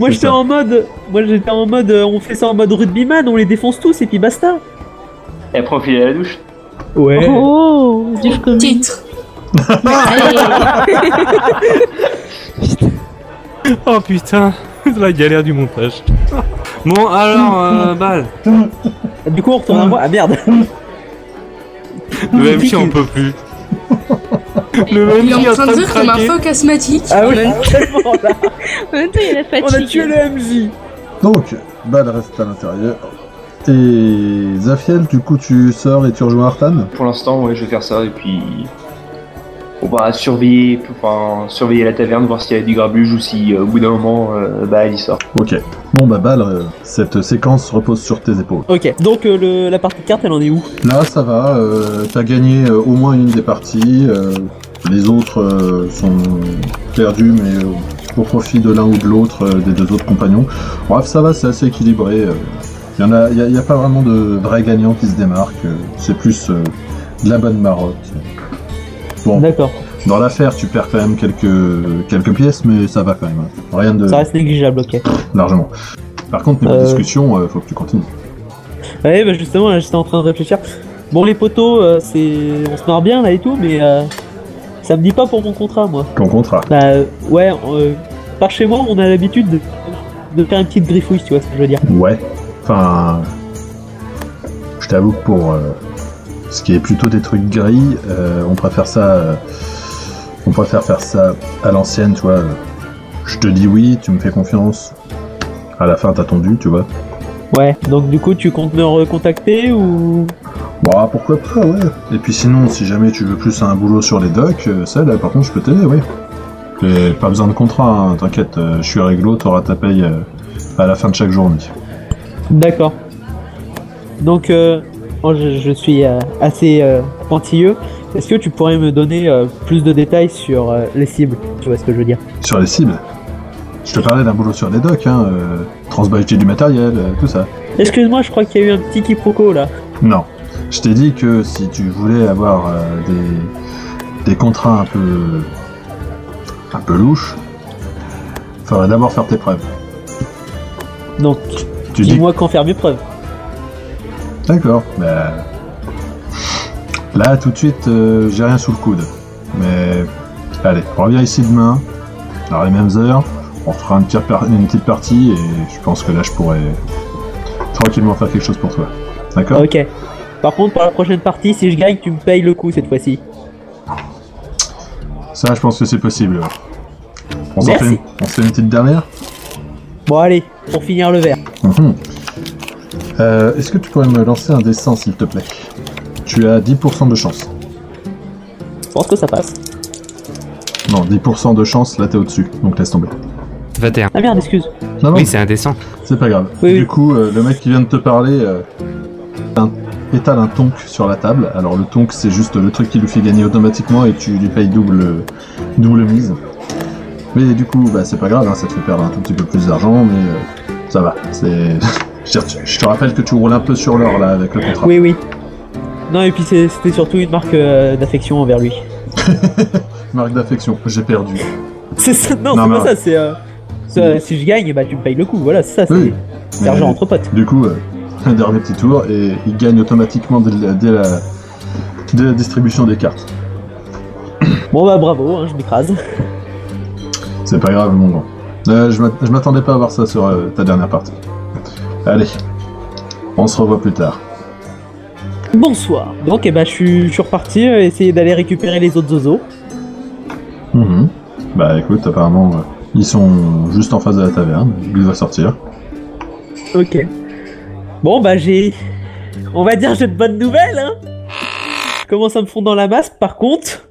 S2: Moi,
S1: C'est
S2: j'étais
S1: ça.
S2: en mode... Moi, j'étais en mode... euh, On fait ça en mode rugbyman, on les défonce tous, et puis basta.
S5: Et après, on file à la douche.
S2: Ouais.
S6: Oh, du commis.
S7: Titre.
S6: Allez.
S3: Oh putain, la galère du montage. Bon alors, euh, balle.
S2: Du coup, on retourne à moi. Ah, merde.
S3: Le
S2: Il dit
S3: MJ on
S2: qu'il-
S3: peut plus. Le
S7: Il est
S3: MJ est
S7: en train de dire comme un
S3: craquer.
S7: phoque asthmatique.
S2: Ah oui, tellement, là.
S6: En même temps, il a
S2: On a tué
S6: fatigué.
S2: le MJ.
S1: Donc, Bal reste à l'intérieur. Et Zafiel, du coup, tu sors et tu rejoins Artan
S5: Pour l'instant, ouais, je vais faire ça et puis on va surveiller, enfin, surveiller la taverne, voir s'il y a du grabuge ou si euh, au bout d'un moment, euh, bah, elle y sort.
S1: Ok. Bon, bah, Bal, euh, cette séquence repose sur tes épaules.
S2: Ok, donc euh, le- la partie carte, elle en est où
S1: Là, ça va, euh, t'as gagné euh, au moins une des parties. euh, les autres euh, sont perdus, mais euh, au profit de l'un ou de l'autre, euh, des deux autres compagnons. Bref, ça va, c'est assez équilibré. euh. Il y en a, il y a- il y a pas vraiment de vrais gagnants qui se démarquent. euh, C'est plus euh, de la bonne marotte. Bon,
S2: D'accord,
S1: Dans l'affaire, tu perds quand même quelques, quelques pièces, mais ça va quand même. hein. Rien de
S2: ça reste négligeable, ok.
S1: largement. Par contre, niveau
S2: Euh.
S1: discussion, euh, faut que tu continues.
S2: Ouais, bah justement, là, j'étais en train de réfléchir. Bon, les poteaux, euh, c'est... on se marre bien là et tout, mais euh, ça me dit pas pour mon contrat, moi.
S1: Ton contrat.
S2: Bah, euh, ouais, euh, par chez moi, on a l'habitude de, de faire une petite griffouille, tu vois ce que je veux dire.
S1: Ouais. Enfin. Je t'avoue que pour euh, ce qui est plutôt des trucs gris, euh, on préfère ça. euh, on préfère faire ça à l'ancienne, tu vois. euh, Je te dis oui, tu me fais confiance. À la fin, t'as tendu, tu vois.
S2: Ouais, donc du coup, tu comptes me recontacter ou.
S1: Bah, pourquoi pas, ouais. Et puis sinon, si jamais tu veux plus un boulot sur les docks, euh, ça, là, par contre, je peux t'aider, oui. Et Pas besoin de contrat, hein, t'inquiète, euh, je suis réglo, t'auras ta paye euh, à la fin de chaque journée.
S2: D'accord. Donc, euh, moi, je, je suis euh, assez euh, pointilleux. Est-ce que tu pourrais me donner euh, plus de détails sur euh, les cibles Tu vois ce que je veux dire
S1: Sur les cibles Je te parlais d'un boulot sur les docks, hein, euh, transbajouter du matériel, euh, tout ça.
S2: Excuse-moi, je crois qu'il y a eu un petit quiproquo là.
S1: Non. Je t'ai dit que si tu voulais avoir euh, des, des contrats un peu. un peu louches, faudrait d'abord faire tes preuves.
S2: Donc,
S1: Tu dis
S2: dis-moi quand faire mes preuves.
S1: D'accord. Bah... Là, tout de suite, euh, j'ai rien sous le coude. Mais allez, reviens ici demain, à les mêmes heures. On fera une petite, par- une petite partie et je pense que là, je pourrais tranquillement faire quelque chose pour toi. D'accord
S2: Ok. Par contre, pour la prochaine partie, si je gagne, tu me payes le coup cette fois-ci.
S1: Ça, je pense que c'est possible. ouais. On s'en
S2: Merci.
S1: fait, une- on se fait une petite dernière
S2: Bon, allez, pour finir le verre.
S1: Mhm. Euh, Est-ce que tu pourrais me lancer un dessin, s'il te plaît Tu as 10% de chance.
S2: Je pense que ça passe.
S1: Non, 10% de chance, là t'es au-dessus, donc laisse tomber.
S3: 21.
S2: Ah merde, excuse.
S1: Non, non,
S3: Oui, c'est indécent.
S1: c'est pas grave.
S2: Oui,
S1: du
S2: oui.
S1: coup, euh, le mec qui vient de te parler euh, un- étale un tonk sur la table. Alors le tonk, c'est juste le truc qui lui fait gagner automatiquement et tu lui payes double, double mise. Mais du coup, bah, c'est pas grave, hein, ça te fait perdre un tout petit peu plus d'argent, mais euh, ça va. C'est... Je te- je te rappelle que tu roules un peu sur l'or là avec le contrat.
S2: Oui, oui. Non, et puis c'est- c'était surtout une marque euh, d'affection envers lui.
S1: Marque d'affection, j'ai perdu.
S2: C'est ça, non,
S1: Non,
S2: c'est
S1: mais-
S2: pas ça, c'est. euh, c'est, euh, si je gagne, bah tu me payes le coup, voilà, c'est ça, c'est
S1: Oui.
S2: c'est l'argent entre potes.
S1: Du coup, euh, un dernier petit tour et il gagne automatiquement dès la, dès la- dès la distribution des cartes.
S2: Bon bah bravo, hein, je m'écrase.
S1: C'est pas grave, mon grand. Euh, je m'att- je m'attendais pas à voir ça sur euh, ta dernière partie. Allez, on se revoit plus tard.
S2: Bonsoir. Donc, eh ben, je suis je suis reparti, euh, essayer d'aller récupérer les autres zozos.
S1: Mhm. Bah écoute, apparemment, euh, ils sont juste en face de la taverne. Ils doivent sortir.
S2: Ok. Bon, bah j'ai. On va dire j'ai de bonnes nouvelles, hein Je commence à me fondre dans la masse, par contre.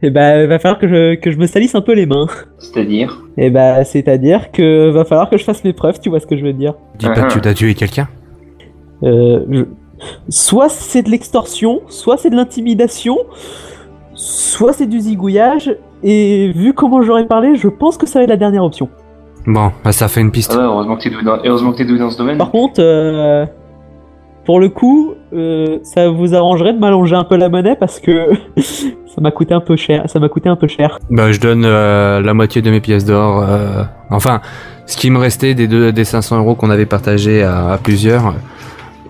S2: Et bah, va falloir que je, que je me salisse un peu les mains.
S5: C'est-à-dire
S2: Et bah, c'est-à-dire que va falloir que je fasse mes preuves, tu vois ce que je veux dire.
S3: Dis
S7: Ah,
S3: pas que tu t'as tué quelqu'un.
S2: Euh, je- Soit c'est de l'extorsion, soit c'est de l'intimidation, soit c'est du zigouillage. Et vu comment j'aurais parlé, je pense que ça va être la dernière option.
S3: Bon, bah ça fait une piste.
S5: Ah ouais, heureusement que t'es doué dans, heureusement que t'es doué dans ce domaine.
S2: Par contre, euh, pour le coup, euh, ça vous arrangerait de m'allonger un peu la monnaie parce que ça m'a coûté un peu cher. Ça m'a coûté un peu cher.
S3: Bah je donne euh, la moitié de mes pièces d'or. euh, enfin, ce qui me restait des deux, des 500 euros qu'on avait partagé à, à plusieurs.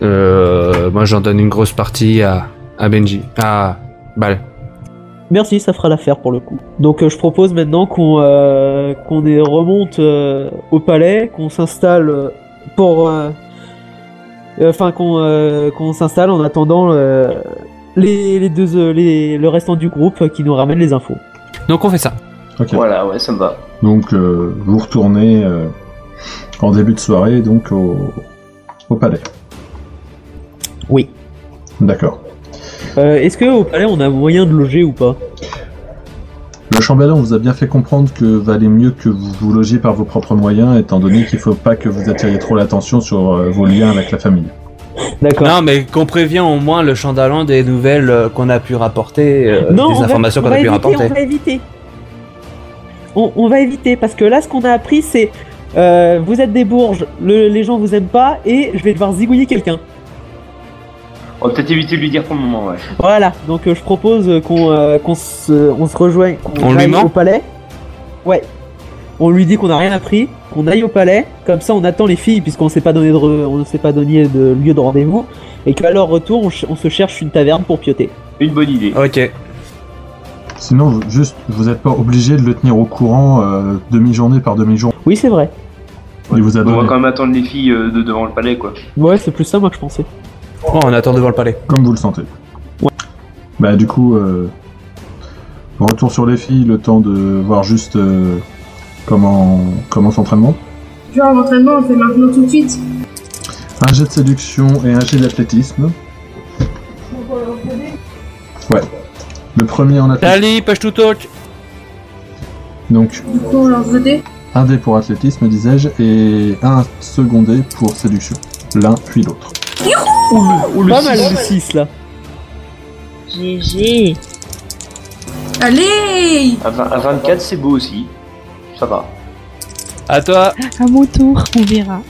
S3: euh, moi j'en donne une grosse partie à, à Benji. À Bal.
S2: Merci, ça fera l'affaire pour le coup. Donc euh, je propose maintenant qu'on euh, qu'on est- remonte euh, au palais, qu'on s'installe euh, pour, euh, euh, enfin qu'on euh, qu'on s'installe en attendant euh, les, les deux euh, les- le restant du groupe euh, qui nous ramène les infos.
S3: Donc on fait ça.
S1: Ok.
S5: Voilà, ouais, ça me va.
S1: Donc euh, vous retournez euh, en début de soirée donc au, au palais.
S2: Oui.
S1: D'accord.
S2: Euh, Est-ce que au palais on a moyen de loger ou pas
S1: Le chambellan vous a bien fait comprendre que valait mieux que vous vous logiez par vos propres moyens, étant donné qu'il faut pas que vous attiriez trop l'attention sur euh, vos liens avec la famille.
S2: D'accord.
S3: Non, mais qu'on prévient au moins le chandalan des nouvelles euh, qu'on a pu rapporter, euh,
S2: Non,
S3: des
S2: on va-
S3: informations
S2: on
S3: qu'on
S2: va
S3: a pu
S2: éviter,
S3: rapporter.
S2: On va éviter. On, on va éviter parce que là, ce qu'on a appris, c'est euh, vous êtes des bourges, le- les gens vous aiment pas et je vais devoir zigouiller quelqu'un.
S5: On va peut-être éviter de lui dire pour le moment, ouais.
S2: Voilà. Donc euh, je propose euh, qu'on euh, qu'on se, on se rejoigne, qu'on
S3: On lui
S2: aille
S3: ment
S2: au palais. Ouais. On lui dit qu'on n'a rien appris, qu'on aille au palais. Comme ça, on attend les filles puisqu'on ne s'est pas donné de, re- on ne s'est pas donné de lieu de rendez-vous et qu'à leur retour, on, ch- on se cherche une taverne pour pioter.
S5: Une bonne idée.
S3: Ok.
S1: Sinon, vous- juste, vous n'êtes pas obligé de le tenir au courant euh, demi-journée par demi-journée.
S2: Oui, c'est vrai.
S1: Il vous a
S5: On va
S1: donné,
S5: quand même attendre les filles euh, de devant le palais, quoi.
S2: Ouais, c'est plus ça moi que je pensais.
S3: Bon, on attend devant le palais.
S1: comme vous le sentez. Bah du coup, euh, retour sur les filles, le temps de voir juste euh, comment comment s'entraînement.
S7: Genre, l'entraînement, on le fait maintenant tout de suite.
S1: Un jet de séduction et un jet d'athlétisme. Ouais. Le premier en athlétisme.
S3: Dali, page tout talk
S1: Donc
S7: Du coup, on lance le dé.
S1: un dé pour athlétisme, disais-je, et un second dé pour séduction. L'un puis l'autre.
S2: Pas mal le 6 là.
S6: GG.
S7: Allez
S5: À, 20 à 24, c'est beau aussi. Ça va.
S3: À toi
S6: À mon tour, on verra.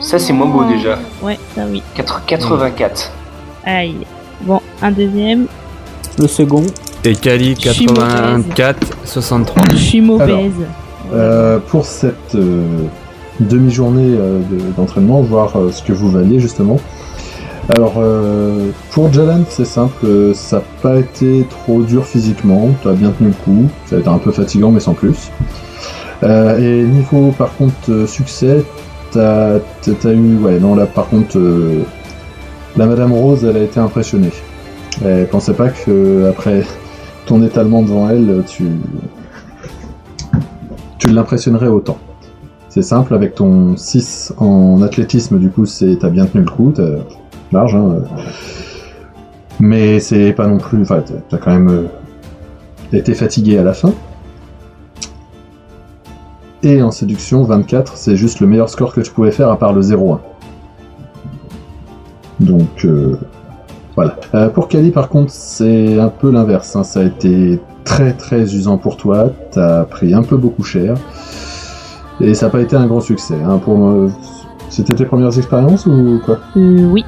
S5: Ça, c'est moins
S7: Oh.
S5: beau déjà.
S6: Ouais, ça oui.
S5: Quatre- 84.
S6: Aïe. Bon, un deuxième.
S2: Le second.
S3: Et Kali,
S6: Je suis
S3: 84, 63.
S6: Je suis mauvaise.
S1: Euh, pour cette euh, demi-journée euh, de- d'entraînement, voir euh, ce que vous valiez justement. Alors, euh, pour Jalan, c'est simple, euh, ça n'a pas été trop dur physiquement, tu as bien tenu le coup, ça a été un peu fatigant, mais sans plus. Euh, et niveau, par contre, euh, succès, t'as as eu. Ouais, non, là, par contre, euh, la Madame Rose, elle a été impressionnée. Elle pensait pas que, euh, après ton étalement devant elle, tu, tu l'impressionnerais autant. C'est simple, avec ton 6 en athlétisme, du coup, c'est t'as bien tenu le coup, t'as large. Hein, euh. mais c'est pas non plus. Enfin, t'as- t'as quand même euh, été fatigué à la fin. et en séduction 24, c'est juste le meilleur score que je pouvais faire à part le 0-1. Donc euh, voilà. Euh, pour Kali par contre c'est un peu l'inverse, hein. ça a été très très usant pour toi, t'as pris un peu beaucoup cher et ça n'a pas été un grand succès. hein. Pour moi, C'était tes premières expériences ou quoi
S6: Euh, oui.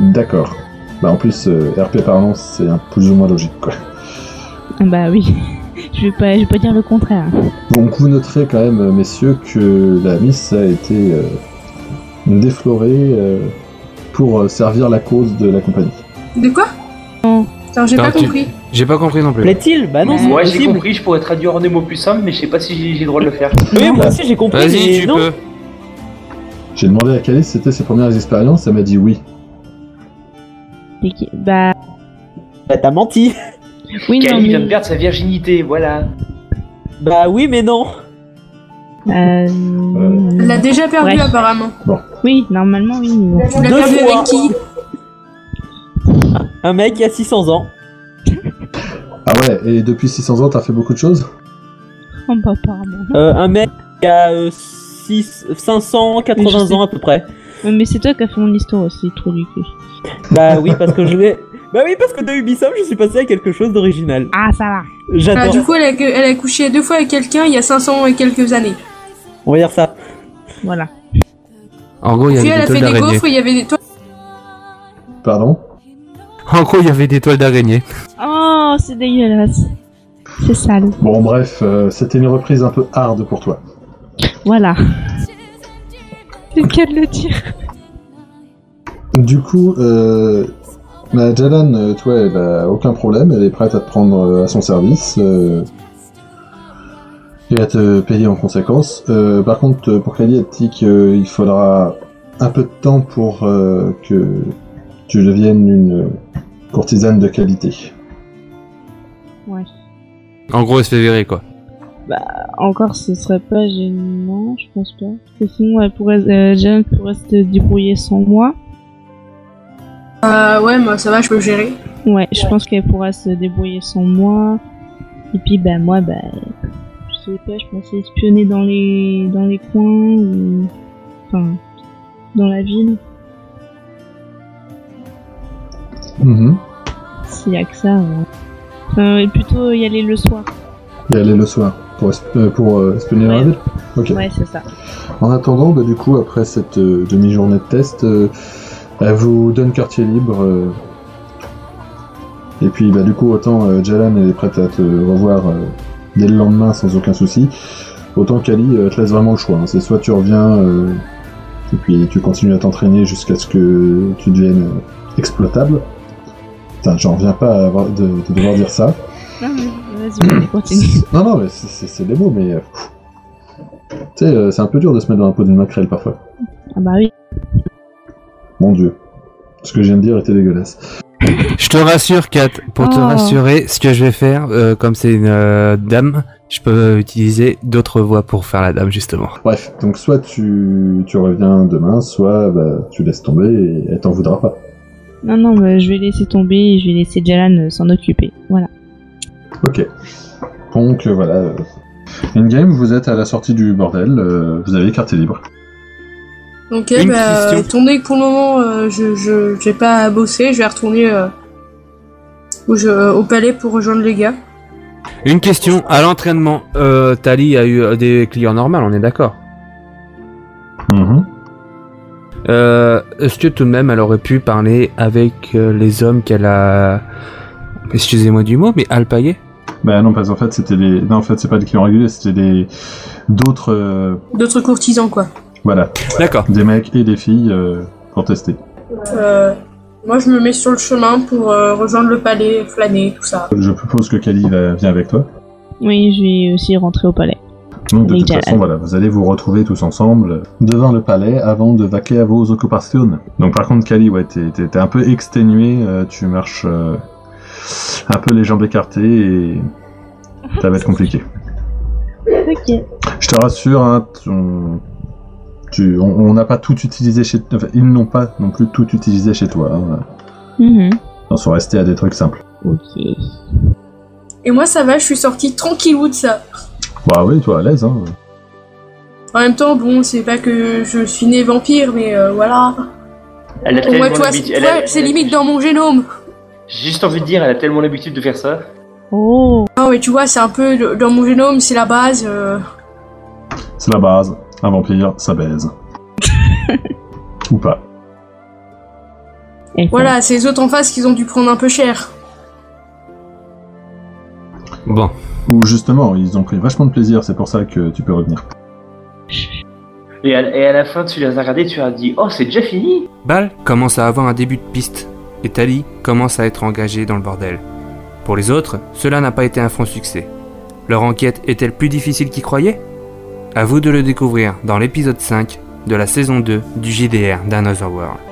S1: D'accord. Bah en plus euh, RP parlant c'est un plus ou moins logique quoi.
S6: Bah oui. Je vais pas, je vais pas dire le contraire.
S1: Donc vous noterez quand même, euh, messieurs, que la Miss a été euh, déflorée euh, pour euh, servir la cause de la compagnie.
S7: De quoi
S6: Non.
S7: Alors, j'ai
S3: Non,
S7: pas
S3: tu-
S7: compris.
S3: J'ai pas compris non plus.
S2: Plaît-il Bah non, c'est
S5: Moi j'ai
S2: possible.
S5: compris, je pourrais traduire en des mots plus simples, mais je sais pas si j'ai- j'ai le droit de le faire.
S2: Oui, moi aussi j'ai compris. mais
S3: Vas-y, tu
S2: non.
S3: peux.
S1: J'ai demandé à Calice si c'était ses premières expériences, elle m'a dit oui.
S6: C'est qui- Bah
S2: Bah t'as menti.
S6: oui, non,
S5: Cali
S6: mais,
S5: vient de perdre sa virginité, voilà.
S2: Bah oui, mais non.
S6: euh,
S7: Elle
S2: Euh.
S7: l'a déjà perdu
S6: Bref.
S7: apparemment.
S6: euh, Oui, normalement oui. mais bon.
S7: Tu l'as
S2: Deux
S7: perdu
S2: fois.
S7: avec qui
S2: Un mec il y a 600 ans.
S1: Ah ouais, et depuis 600 ans, t'as fait beaucoup de choses
S6: Oh, bah, apparemment.
S2: Euh, un mec il y a euh, six-
S6: Mais je
S2: 580
S6: sais.
S2: ans à peu près.
S6: Ouais, Euh, Mais c'est toi qui as fait mon histoire aussi, trop du cul.
S2: Bah oui, parce que je l'ai. Bah oui, parce que de Ubisoft, je suis passé à quelque chose d'original.
S6: Ah ça va.
S7: Ah,
S2: J'adore.
S7: Du coup, elle a, elle a couché deux fois avec quelqu'un il y a 500 et quelques années.
S2: On va dire ça.
S6: Voilà.
S3: En gros, il y
S7: Puis elle
S3: avait
S7: a
S3: des toiles
S7: fait des
S3: d'araignée.
S7: gaufres, il y avait des. toi-
S1: Pardon
S3: En gros, il y avait des toiles d'araignée.
S6: Oh, c'est dégueulasse. C'est sale.
S1: Bon, bref, euh, c'était une reprise un peu hard pour toi.
S6: Voilà. C'est le cas de le dire.
S1: Du coup, euh, bah, Jalan, euh, toi, elle a aucun problème, elle est prête à te prendre euh, à son service euh, et à te payer en conséquence. Euh, par contre, euh, pour Kali, elle te dit qu'il faudra un peu de temps pour euh, que tu deviennes une courtisane de qualité.
S6: Ouais.
S3: En gros, elle se fait virer quoi.
S6: Encore, ce serait pas gênant, je pense pas. Parce que sinon, elle pourrait, euh, Jeanne pourrait se débrouiller sans moi.
S7: Ah ouais, moi ça va, je peux gérer.
S6: Ouais, je pense qu'elle pourra se débrouiller sans moi. Et puis, bah, moi, bah, je sais pas, je pensais espionner dans les, dans les coins ou, enfin, dans la ville.
S1: Mhm.
S6: S'il y a que ça, ouais. Enfin, et plutôt y aller le soir.
S1: Et elle est le soir pour, esp- euh, pour euh, espionner dans la
S6: Ouais.
S1: ville. Ok.
S6: Ouais, c'est ça.
S1: En attendant, bah, du coup, après cette euh, demi-journée de test, euh, elle vous donne quartier libre. euh, et puis, bah, du coup, autant euh, Jalan, elle est prête à te revoir euh, dès le lendemain sans aucun souci. Autant Kali euh, te laisse vraiment le choix. hein. C'est soit tu reviens euh, et puis tu continues à t'entraîner jusqu'à ce que tu deviennes euh, exploitable. Putain, j'en reviens pas à avoir- de, de devoir dire ça.
S6: Non, mais Ah vas-y, continue.
S1: Non, non, mais c'est- c'est c'est des mots, mais. euh, pff. tu sais, euh, c'est un peu dur de se mettre dans la peau d'une maquerelle parfois.
S6: Ah bah oui.
S1: Mon dieu. Ce que je viens de dire était dégueulasse.
S3: Je te rassure, Kat, pour te
S6: Oh.
S3: rassurer, ce que je vais faire, euh, comme c'est une euh, dame, je peux utiliser d'autres voies pour faire la dame, justement.
S1: Bref, donc soit tu, tu reviens demain, soit bah, tu laisses tomber et elle t'en voudra pas.
S6: Non, non, mais je vais laisser tomber et je vais laisser Jalan euh, s'en occuper. Voilà.
S1: Ok. Donc euh, voilà. euh. In-game, vous êtes à la sortie du bordel, euh, vous avez carte libre.
S7: Ok,
S3: Une question.
S7: bah, euh, étant donné que pour le moment, euh, je, je, j'ai pas à bosser, je vais retourner euh, où je- au palais pour rejoindre les gars.
S3: Une question, à l'entraînement, euh, Tali a eu euh, des clients normaux, on est d'accord
S1: Mm-hmm.
S3: Euh, Est-ce que tout de même elle aurait pu parler avec euh, les hommes qu'elle a. Excusez-moi du mot, mais alpaillé
S1: Bah non, parce qu'en fait, c'était des. Non, en fait, c'est pas des clients réguliers, c'était des. D'autres. euh,
S7: D'autres courtisans, quoi.
S1: Voilà.
S3: D'accord.
S1: Des mecs et des filles euh, pour tester.
S7: Euh, moi, je me mets sur le chemin pour euh, rejoindre le palais, flâner, tout ça.
S1: Je propose que Kali va- vient avec toi.
S6: Oui, je vais aussi rentrer au palais.
S1: Donc de
S6: Oui,
S1: toute
S6: Jalan.
S1: façon, voilà, vous allez vous retrouver tous ensemble devant le palais avant de vaquer à vos occupations. Donc par contre, Kali, ouais, t'es, t'es- t'es un peu exténué, euh, tu marches euh, un peu les jambes écartées et ça va être compliqué.
S6: Ok.
S1: Je te rassure, hein, t- on... tu- on on n'a pas tout utilisé chez... Enfin, ils n'ont pas non plus tout utilisé chez toi. hein.
S6: Mhm.
S1: Ils en sont restés à des trucs simples.
S6: Ok.
S7: Et moi, ça va, je suis sortie tranquillou de ça.
S1: Bah oui, toi, à l'aise, hein.
S7: En même temps, bon, c'est pas que je suis né vampire, mais euh, voilà.
S5: Elle a
S7: Au moins,
S5: tellement
S7: tu vois,
S5: l'habitude-
S7: c'est-
S5: elle
S7: tu
S5: a-
S7: vois, c'est
S5: elle a-
S7: limite dans mon génome.
S5: J'ai juste envie de dire, elle a tellement l'habitude de faire ça.
S6: Oh,
S7: Non, mais Ah tu vois, c'est un peu le- dans mon génome, c'est la base. euh,
S1: C'est la base. Un vampire, ça baise. Ou pas.
S6: Et
S7: Voilà, c'est les autres en face qu'ils ont dû prendre un peu cher.
S3: Bon,
S1: Ou justement, ils ont pris vachement de plaisir, c'est pour ça que tu peux revenir.
S5: Et à, et à la fin, tu les as regardés, tu leur as dit Oh, c'est déjà fini
S3: Bâle commence à avoir un début de piste et Tali commence à être engagée dans le bordel. Pour les autres, cela n'a pas été un franc succès. Leur enquête est-elle plus difficile qu'ils croyaient À vous de le découvrir dans l'épisode 5 de la saison 2 du JDR Dinosaur World.